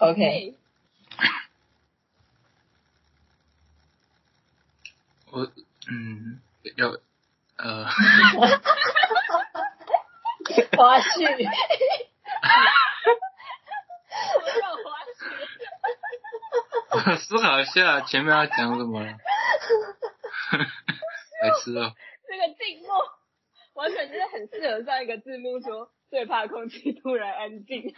OK，我嗯要呃 花絮，我要滑雪，我思考一下前面要讲什么了， 白痴哦，这个静默完全就是很适合上一个字幕说最怕空气突然安静，